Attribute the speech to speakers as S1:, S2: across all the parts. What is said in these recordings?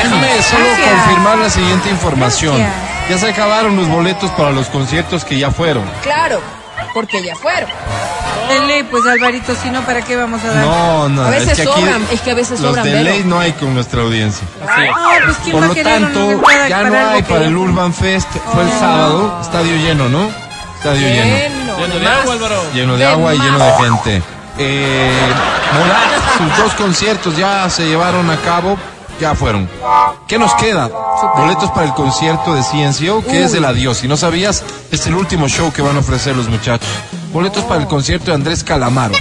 S1: solo
S2: Gracias.
S1: confirmar la siguiente información.
S2: Gracias.
S1: Ya se acabaron los boletos para los conciertos que ya fueron.
S3: Claro, porque ya fueron.
S2: De ley, pues Alvarito, si no, ¿para qué vamos a dar?
S1: No, no,
S3: A veces
S1: es que aquí
S3: sobran, es que a veces
S1: los
S3: sobran,
S1: de
S3: Vero.
S1: ley no hay con nuestra audiencia.
S4: Así es.
S2: Ah, pues ¿quién
S1: Por
S2: va
S1: lo
S2: a querer una
S1: tanto,
S2: entrada
S1: ya no
S2: para algo
S1: hay
S2: que
S1: para el
S2: no-
S1: Urban Fest. Fue el
S3: Ah.
S1: sábado, estadio lleno, ¿no? Estadio lleno.
S4: Lleno de
S3: además.
S4: agua, Álvaro.
S1: Lleno de
S3: De
S1: agua y
S3: más.
S1: lleno de gente. Eh, Morat, sus dos conciertos ya se llevaron a cabo, ya fueron. ¿Qué nos queda? Boletos para el concierto de CNCO, que es el adiós. Si no sabías, es el último show que van a ofrecer los muchachos. Boletos para el concierto de Andrés Calamaro.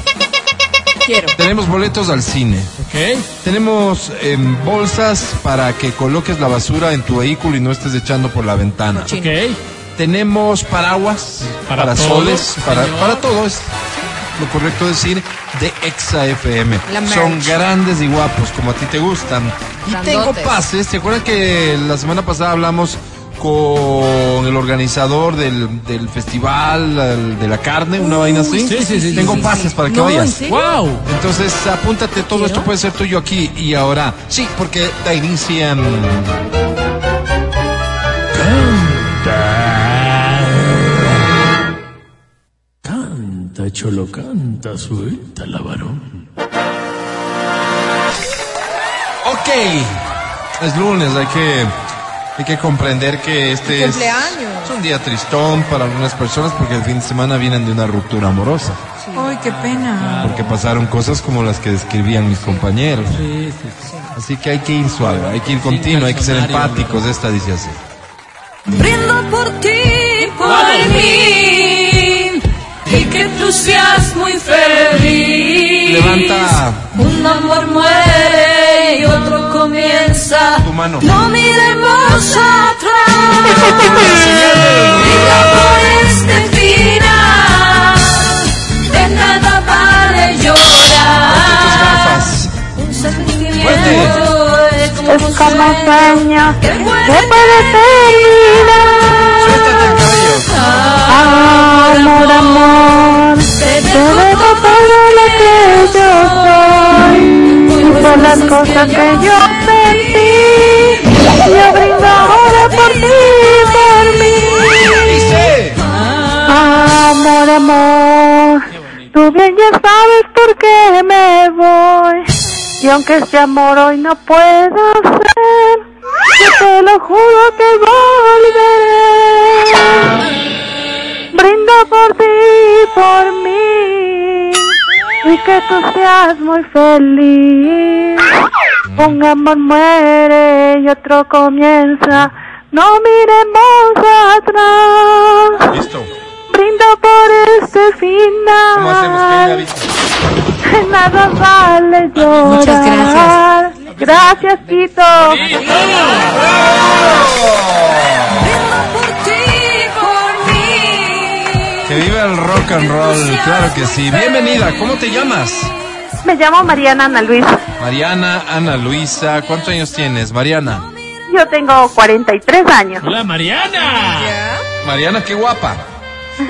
S3: Quiero.
S1: Tenemos boletos al cine.
S4: Ok.
S1: Tenemos em, bolsas para que coloques la basura en tu vehículo y no estés echando por la ventana.
S3: Cochino.
S4: Ok.
S1: Tenemos paraguas,
S4: Para
S1: parasoles,
S4: todo,
S1: para,
S4: señor.
S1: para todo es lo correcto decir de Exa FM.
S3: La
S1: Son
S3: merch.
S1: grandes y guapos como a ti te gustan. Y
S3: Grandotes.
S1: tengo pases. ¿Se acuerdan que la semana pasada hablamos con el organizador del, del festival el de la carne, una vaina así?
S4: sí, sí, sí,
S1: Tengo
S4: sí, sí.
S1: pases para que
S3: No, ¿en
S1: vayas.
S3: serio?
S4: Wow.
S1: Entonces, apúntate, todo esto puede ser tuyo aquí y ahora. Sí, porque te inician.
S5: Canta, cholo, canta, suelta la varón.
S1: Ok. Es lunes, hay que, hay que comprender que este es,
S3: Cumpleaños.
S1: es un día tristón para algunas personas porque el fin de semana vienen de una ruptura amorosa.
S2: Ay, qué pena.
S1: Porque pasaron cosas como las que describían mis compañeros. Así que hay que ir suave, hay que ir continuo, hay que ser
S4: calzonario,
S1: empáticos. Esta dice así.
S6: Brindo por ti, por mí, y que tú seas muy feliz.
S1: Levanta.
S6: Un amor muere y otro comienza.
S1: Tu mano.
S6: No miremos atrás. Brilla por este final. De nada vale
S1: Tus
S6: llorar.
S1: gafas.
S6: Un sentimiento es como un
S7: como
S6: sueño
S7: sueño
S6: que
S7: que
S6: puede
S7: puede terminar.
S1: Suéltate el cabello.
S7: Amor, amor,
S6: Ah, Te
S7: te dejo
S6: dejo
S7: todo lo que yo soy. Y por las cosas que yo sentí, yo brindo ahora por ti, por mí.
S1: Dice.
S7: Amor, amor, tú bien ya sabes por qué me voy. Y aunque este amor hoy no pueda ser, yo te lo juro que volveré. Brindo por ti, y por mí, y que tú seas muy feliz. Un amor muere y otro comienza. No miremos atrás.
S1: Listo.
S7: Brindo por este
S1: ¿Cómo hacemos? ¿Quién me
S7: final.
S1: avisa?
S7: Nada vale llorar.
S3: Muchas
S7: gracias. Gracias, Tito.
S6: por ti, por mí.
S1: Que viva el rock and roll, claro que sí. Bienvenida, ¿cómo te llamas?
S7: Me llamo Mariana Ana Luis.
S1: Mariana, Ana Luisa, ¿cuántos años tienes? Mariana.
S7: Yo tengo 43 años.
S4: Hola, Mariana.
S1: Mariana, qué guapa.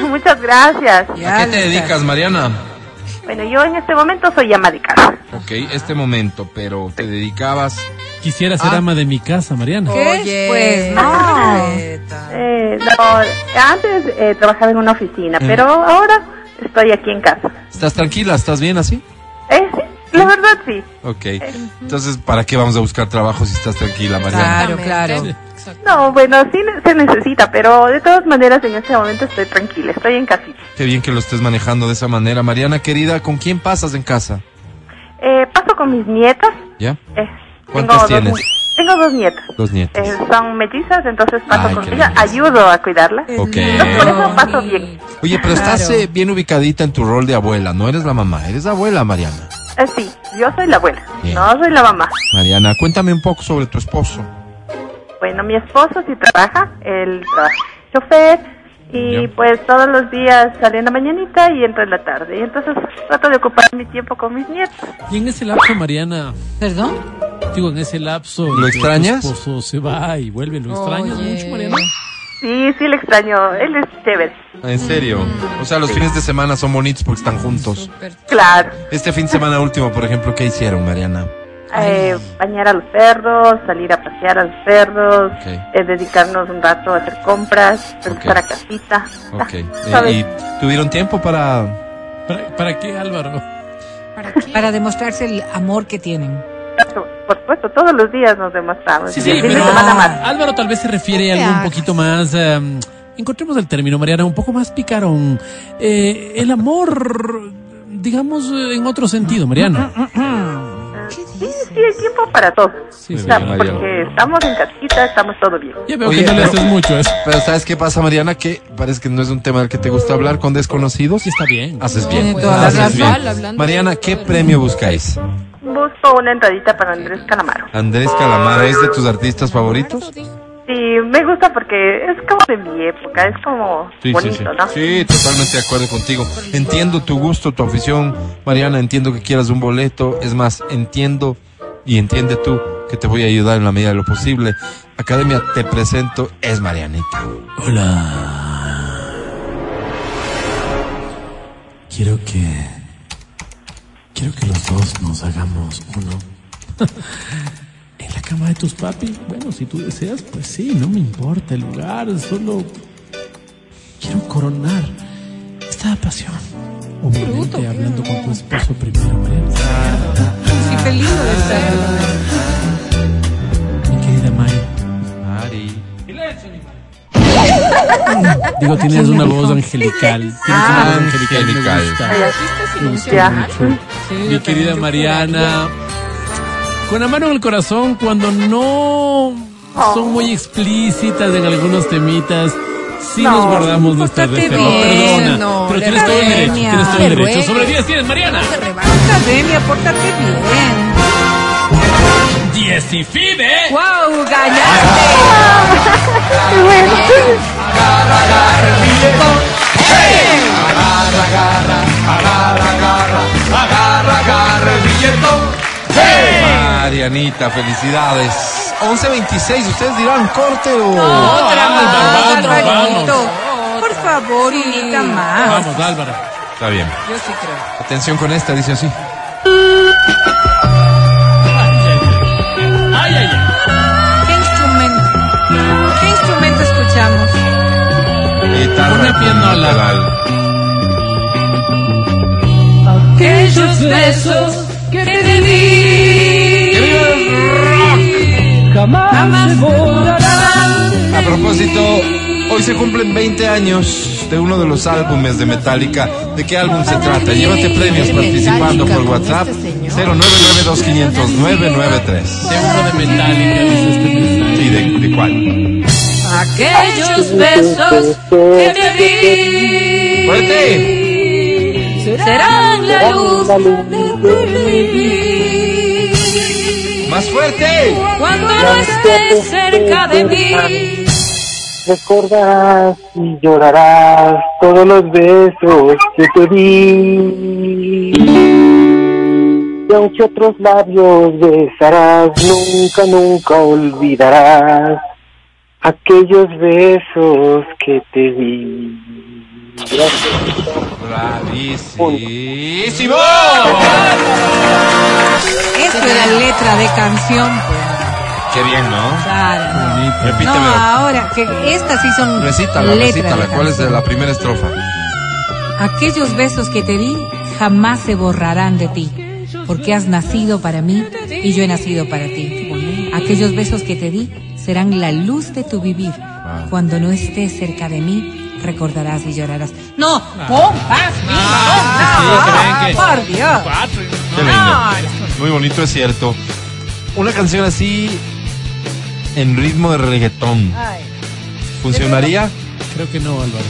S7: Muchas gracias.
S1: ¿A qué te dedicas, Mariana?
S7: Bueno, yo en este momento soy ama de casa.
S1: Ok, este momento, pero te dedicabas.
S4: Quisiera ser
S1: Ah.
S4: ama de mi casa, Mariana.
S2: ¿Qué?
S3: Oye,
S2: Pues
S7: no.
S3: Neta.
S7: Eh, no, antes eh, trabajaba en una oficina,
S1: Mm.
S7: pero ahora estoy aquí en casa.
S1: ¿Estás tranquila? ¿Estás bien así?
S7: Eh, sí, la verdad sí.
S1: Ok. Entonces, ¿para qué vamos a buscar trabajo si estás tranquila, Mariana?
S2: Claro, claro.
S7: No, bueno, sí ne- se necesita, pero de todas maneras en este momento estoy tranquila, estoy en casita.
S1: Qué bien que lo estés manejando de esa manera. Mariana, querida, ¿con quién pasas en casa?
S7: Eh, paso con mis nietas.
S1: ¿Ya?
S7: eh,
S1: ¿Cuántas
S7: tengo
S1: tienes?
S7: Dos, ni- tengo dos nietas.
S1: Los nietos.
S7: Eh, son mellizas, entonces paso
S1: Ay,
S7: con
S1: qué
S7: ellas,
S1: lindas.
S7: ayudo a cuidarlas.
S1: Ok.
S7: Entonces, por eso paso bien.
S1: Oye, pero estás
S2: Claro.
S1: eh, bien ubicadita en tu rol de abuela. No eres la mamá, eres la abuela, Mariana.
S7: Eh, sí, yo soy la abuela,
S1: Bien.
S7: no soy la mamá.
S1: Mariana, cuéntame un poco sobre tu esposo.
S7: Bueno, mi esposo sí trabaja, él trabaja de chofer y
S1: Ya.
S7: pues todos los días sale en la mañanita y entra en la tarde. Y entonces trato de ocupar mi tiempo con mis nietos.
S4: Y en ese lapso, Mariana,
S2: ¿Perdón?
S4: digo, en ese lapso.
S1: ¿Lo
S4: en que tu
S1: extrañas?
S4: esposo se va y vuelve. ¿Lo extrañas
S3: Oye.
S4: mucho, Mariana?
S7: Sí, sí le extraño, él es chévere,
S1: ¿En serio? O sea, los fines de semana son bonitos porque están juntos.
S7: claro.
S1: Este fin de semana último, por ejemplo, ¿qué hicieron, Mariana?
S7: eh, bañar a los perros, salir a pasear a los perros,
S1: Ok.
S7: eh, dedicarnos un rato a hacer compras,
S1: Ok.
S7: regresar a casita.
S1: Ok. Eh,
S7: ¿Sabes?
S1: ¿Y tuvieron tiempo para...?
S4: ¿Para, para qué, Álvaro?
S3: ¿Para qué?
S2: Para demostrarse el amor que tienen.
S7: Por- Por supuesto, todos los días nos demostramos.
S4: Sí,
S7: Y
S4: sí,
S7: el fin de
S4: pero
S7: semana más.
S4: Álvaro tal vez se refiere a algo un poquito más. em, encontremos el término, Mariana, un poco más picarón. Eh, el amor, digamos, eh, en otro sentido, Mariana.
S7: Sí, hay tiempo para todo.
S4: Sí,
S7: O sea,
S1: señora.
S7: porque estamos en casita, estamos todo bien.
S4: Ya veo
S1: Oye,
S4: que no le
S1: pero-
S4: haces mucho eso.
S1: Pero ¿sabes qué pasa, Mariana? Que parece que no es un tema del que te gusta hablar con desconocidos.
S4: Sí, está bien.
S1: Haces
S2: Tiene
S1: bien.
S2: toda la
S1: haces bien.
S3: razón, hablando de
S1: Mariana,
S3: todo
S1: ¿qué
S3: el-
S1: premio buscáis?
S7: Busco una entradita para Andrés Calamaro.
S1: Andrés Calamaro, ¿es de tus artistas favoritos?
S7: Sí, me gusta porque es como de mi época, es como bonito, ¿no?
S1: Sí, totalmente de acuerdo contigo. Entiendo tu gusto, tu afición, Mariana, entiendo que quieras un boleto. Es más, entiendo y entiende tú que te voy a ayudar en la medida de lo posible. Academia, te presento, es Marianita.
S5: Hola. Quiero que. Quiero que los dos nos hagamos uno.
S4: En la cama de tus papi, bueno, si tú deseas, pues sí, no me importa el lugar, solo quiero coronar esta pasión. Obviamente hablando con tu esposo primero, ¿eh? Mariana.
S2: Sí, feliz de estar.
S4: Mi querida Mari. Digo, tienes una voz angelical. Tienes una voz angelical. me
S1: Angelical.
S4: gusta.
S7: Ya.
S4: Mi querida Mariana, con la mano en el corazón, cuando no son muy explícitas en algunos temitas, sí nos guardamos nuestras
S2: pórtate
S4: defensas. No,
S2: Pues, bien,
S4: perdona, pero tienes
S2: no, la
S4: todo el derecho,
S2: academia.
S4: tienes todo el
S3: Te
S4: derecho.
S3: ruegues.
S4: Sobre 10 tienes, Mariana.
S2: Academia, pórtate bien.
S4: 10 y FIBE.
S2: ¡Wow! ¡Ganaste!
S1: Marianita, felicidades. 11.26, ustedes dirán corte o...
S2: Otra más,
S4: Ah, vamos,
S2: Alvarito. Por favor, unita más.
S4: Vamos, Álvaro.
S1: Está bien.
S2: Yo sí creo.
S1: Atención con esta, dice así.
S4: Ay, ay, ay.
S2: ¿Qué instrumento? ¿Qué instrumento escuchamos?
S1: Guitarra,
S4: Una pianola.
S1: pedal.
S6: Aquellos besos que te di jamás se borrarán.
S1: A propósito, hoy se cumplen 20 años de uno de los álbumes de Metallica. ¿De qué álbum se trata? Llévate premios participando por WhatsApp 0992500993.
S4: De uno de Metallica, dice este mensaje.
S1: Sí, ¿de, de cuál?
S6: Aquellos besos que te
S1: ¡Fuerte!
S6: di serán la luz de mi vivir.
S1: ¡Más fuerte!
S6: Cuando no estés cerca de mí,
S8: Recordarás y llorarás todos los besos que te di. Y aunque otros labios besarás, nunca, nunca olvidarás aquellos besos que te di.
S1: ¡Bravísimo!
S2: Eso era letra de canción, pues.
S1: ¡Qué bien, ¿no?
S2: Claro. No,
S1: Repítemelo.
S2: ahora, que estas sí son
S1: Recítala,
S2: letra
S1: recítala.
S2: de
S1: ¿Cuál es
S2: canción.
S1: la primera estrofa?
S2: Aquellos besos que te di jamás se borrarán de ti, porque has nacido para mí y yo he nacido para ti. Aquellos besos que te di serán la luz de tu vivir. Cuando no estés cerca de mí, recordarás y llorarás. No, pompas,
S4: Ah, sí,
S2: mira, no, por Dios.
S1: Qué lindo. Muy bonito, es cierto. Una canción así en ritmo de reggaetón. ¿Funcionaría?
S4: Creo que no, Álvaro.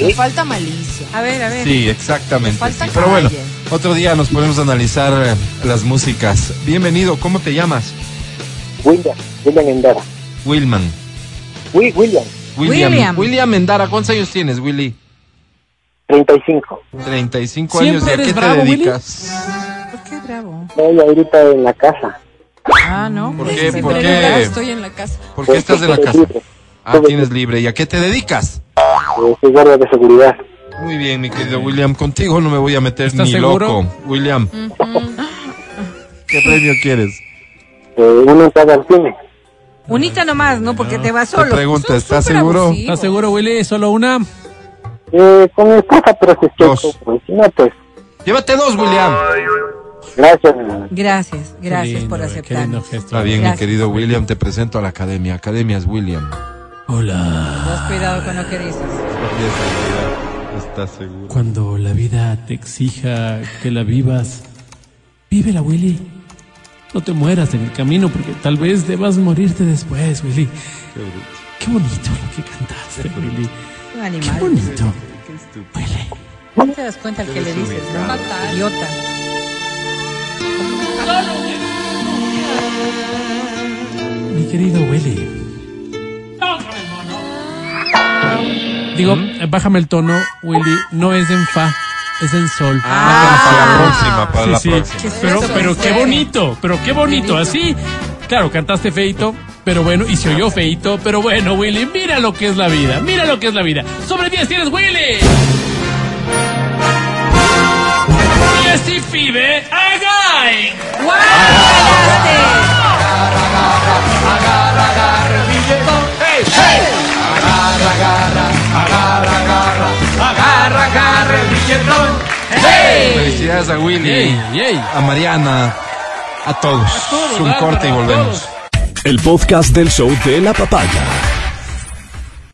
S3: Me falta malicia.
S2: A ver, a ver.
S1: Sí, exactamente.
S3: Falta
S1: sí. Pero bueno,
S3: calle.
S1: otro día nos podemos analizar eh, las músicas. Bienvenido, ¿cómo te llamas?
S8: William, William Endara.
S1: Wilman.
S8: Wi- William,
S1: William. William.
S2: William.
S1: Endara, ¿cuántos años tienes, Willy?
S8: 35.
S1: 35
S4: ¿Siempre
S1: años, ¿y a
S4: eres
S1: qué
S4: bravo,
S1: te
S4: Willy?
S1: dedicas?
S2: ¿Por qué bravo?
S8: Estoy ahorita en la casa.
S2: Ah, no.
S1: ¿Por
S2: pues,
S1: qué?
S2: sí,
S1: ¿Por
S2: pero-
S1: qué?
S3: Ahora estoy en la casa.
S1: ¿Por qué estás en la
S8: Estoy
S1: casa?
S8: libre.
S1: Ah, tienes libre. ¿Y a qué te dedicas?
S8: Eh, Soy guardia de seguridad.
S1: Muy bien, mi querido William, contigo no me voy a meter
S4: ¿Estás
S1: ni
S4: seguro?
S1: loco. William, ¿Qué premio quieres?
S8: Eh, una entrada al cine.
S2: Unita nomás, ¿no? Porque te vas
S1: Te
S2: solo.
S1: pregunta,
S3: Son
S1: ¿estás
S3: súper
S1: seguro?
S3: abusivos.
S2: pues.
S4: ¿Estás seguro, Willy? ¿Solo una?
S8: Eh, con mi esposa, pero si es que
S1: Dos.
S8: pues, si no, pues,
S1: Llévate dos, William.
S8: gracias. mi amor.
S2: Gracias, gracias por
S4: aceptar. Qué lindo
S2: aceptarnos.
S4: gesto.
S1: Está bien, mi
S2: Gracias.
S1: querido William, te presento a la academia. Academias William.
S5: Hola.
S2: Has cuidado con lo que dices.
S1: ¿Estás seguro?
S4: Cuando la vida te exija que la vivas, vívela, Willy. No te mueras en el camino porque tal vez debas morirte después, Willy. Qué bonito lo que cantaste, Willy. Qué
S2: Un animal.
S4: bonito. Willy.
S2: No te das cuenta el que le dices, ¿no? Idiota.
S4: Mi querido Willy. Digo, eh, bájame el tono, Willy. No es en fa, es en sol.
S1: Ah, para la próxima, para
S4: Sí,
S1: la
S4: sí.
S1: próxima.
S4: Pero,
S2: Eso
S4: pero
S2: es
S4: qué
S2: bueno.
S4: bonito, pero qué bonito. Así, claro, cantaste feito, pero bueno, y se oyó feito, pero bueno, Willy, mira lo que es la vida, mira lo que es la vida. Sobre 10 tienes, Willy. Y así, pibe, ¡agay!
S1: Felicidades a Willy,
S4: Yay, yay.
S1: a Mariana, a todos.
S4: todos,
S1: Un
S4: Álvaro,
S1: corte y
S4: a
S1: volvemos.
S4: todos.
S9: El podcast del show de la papaya.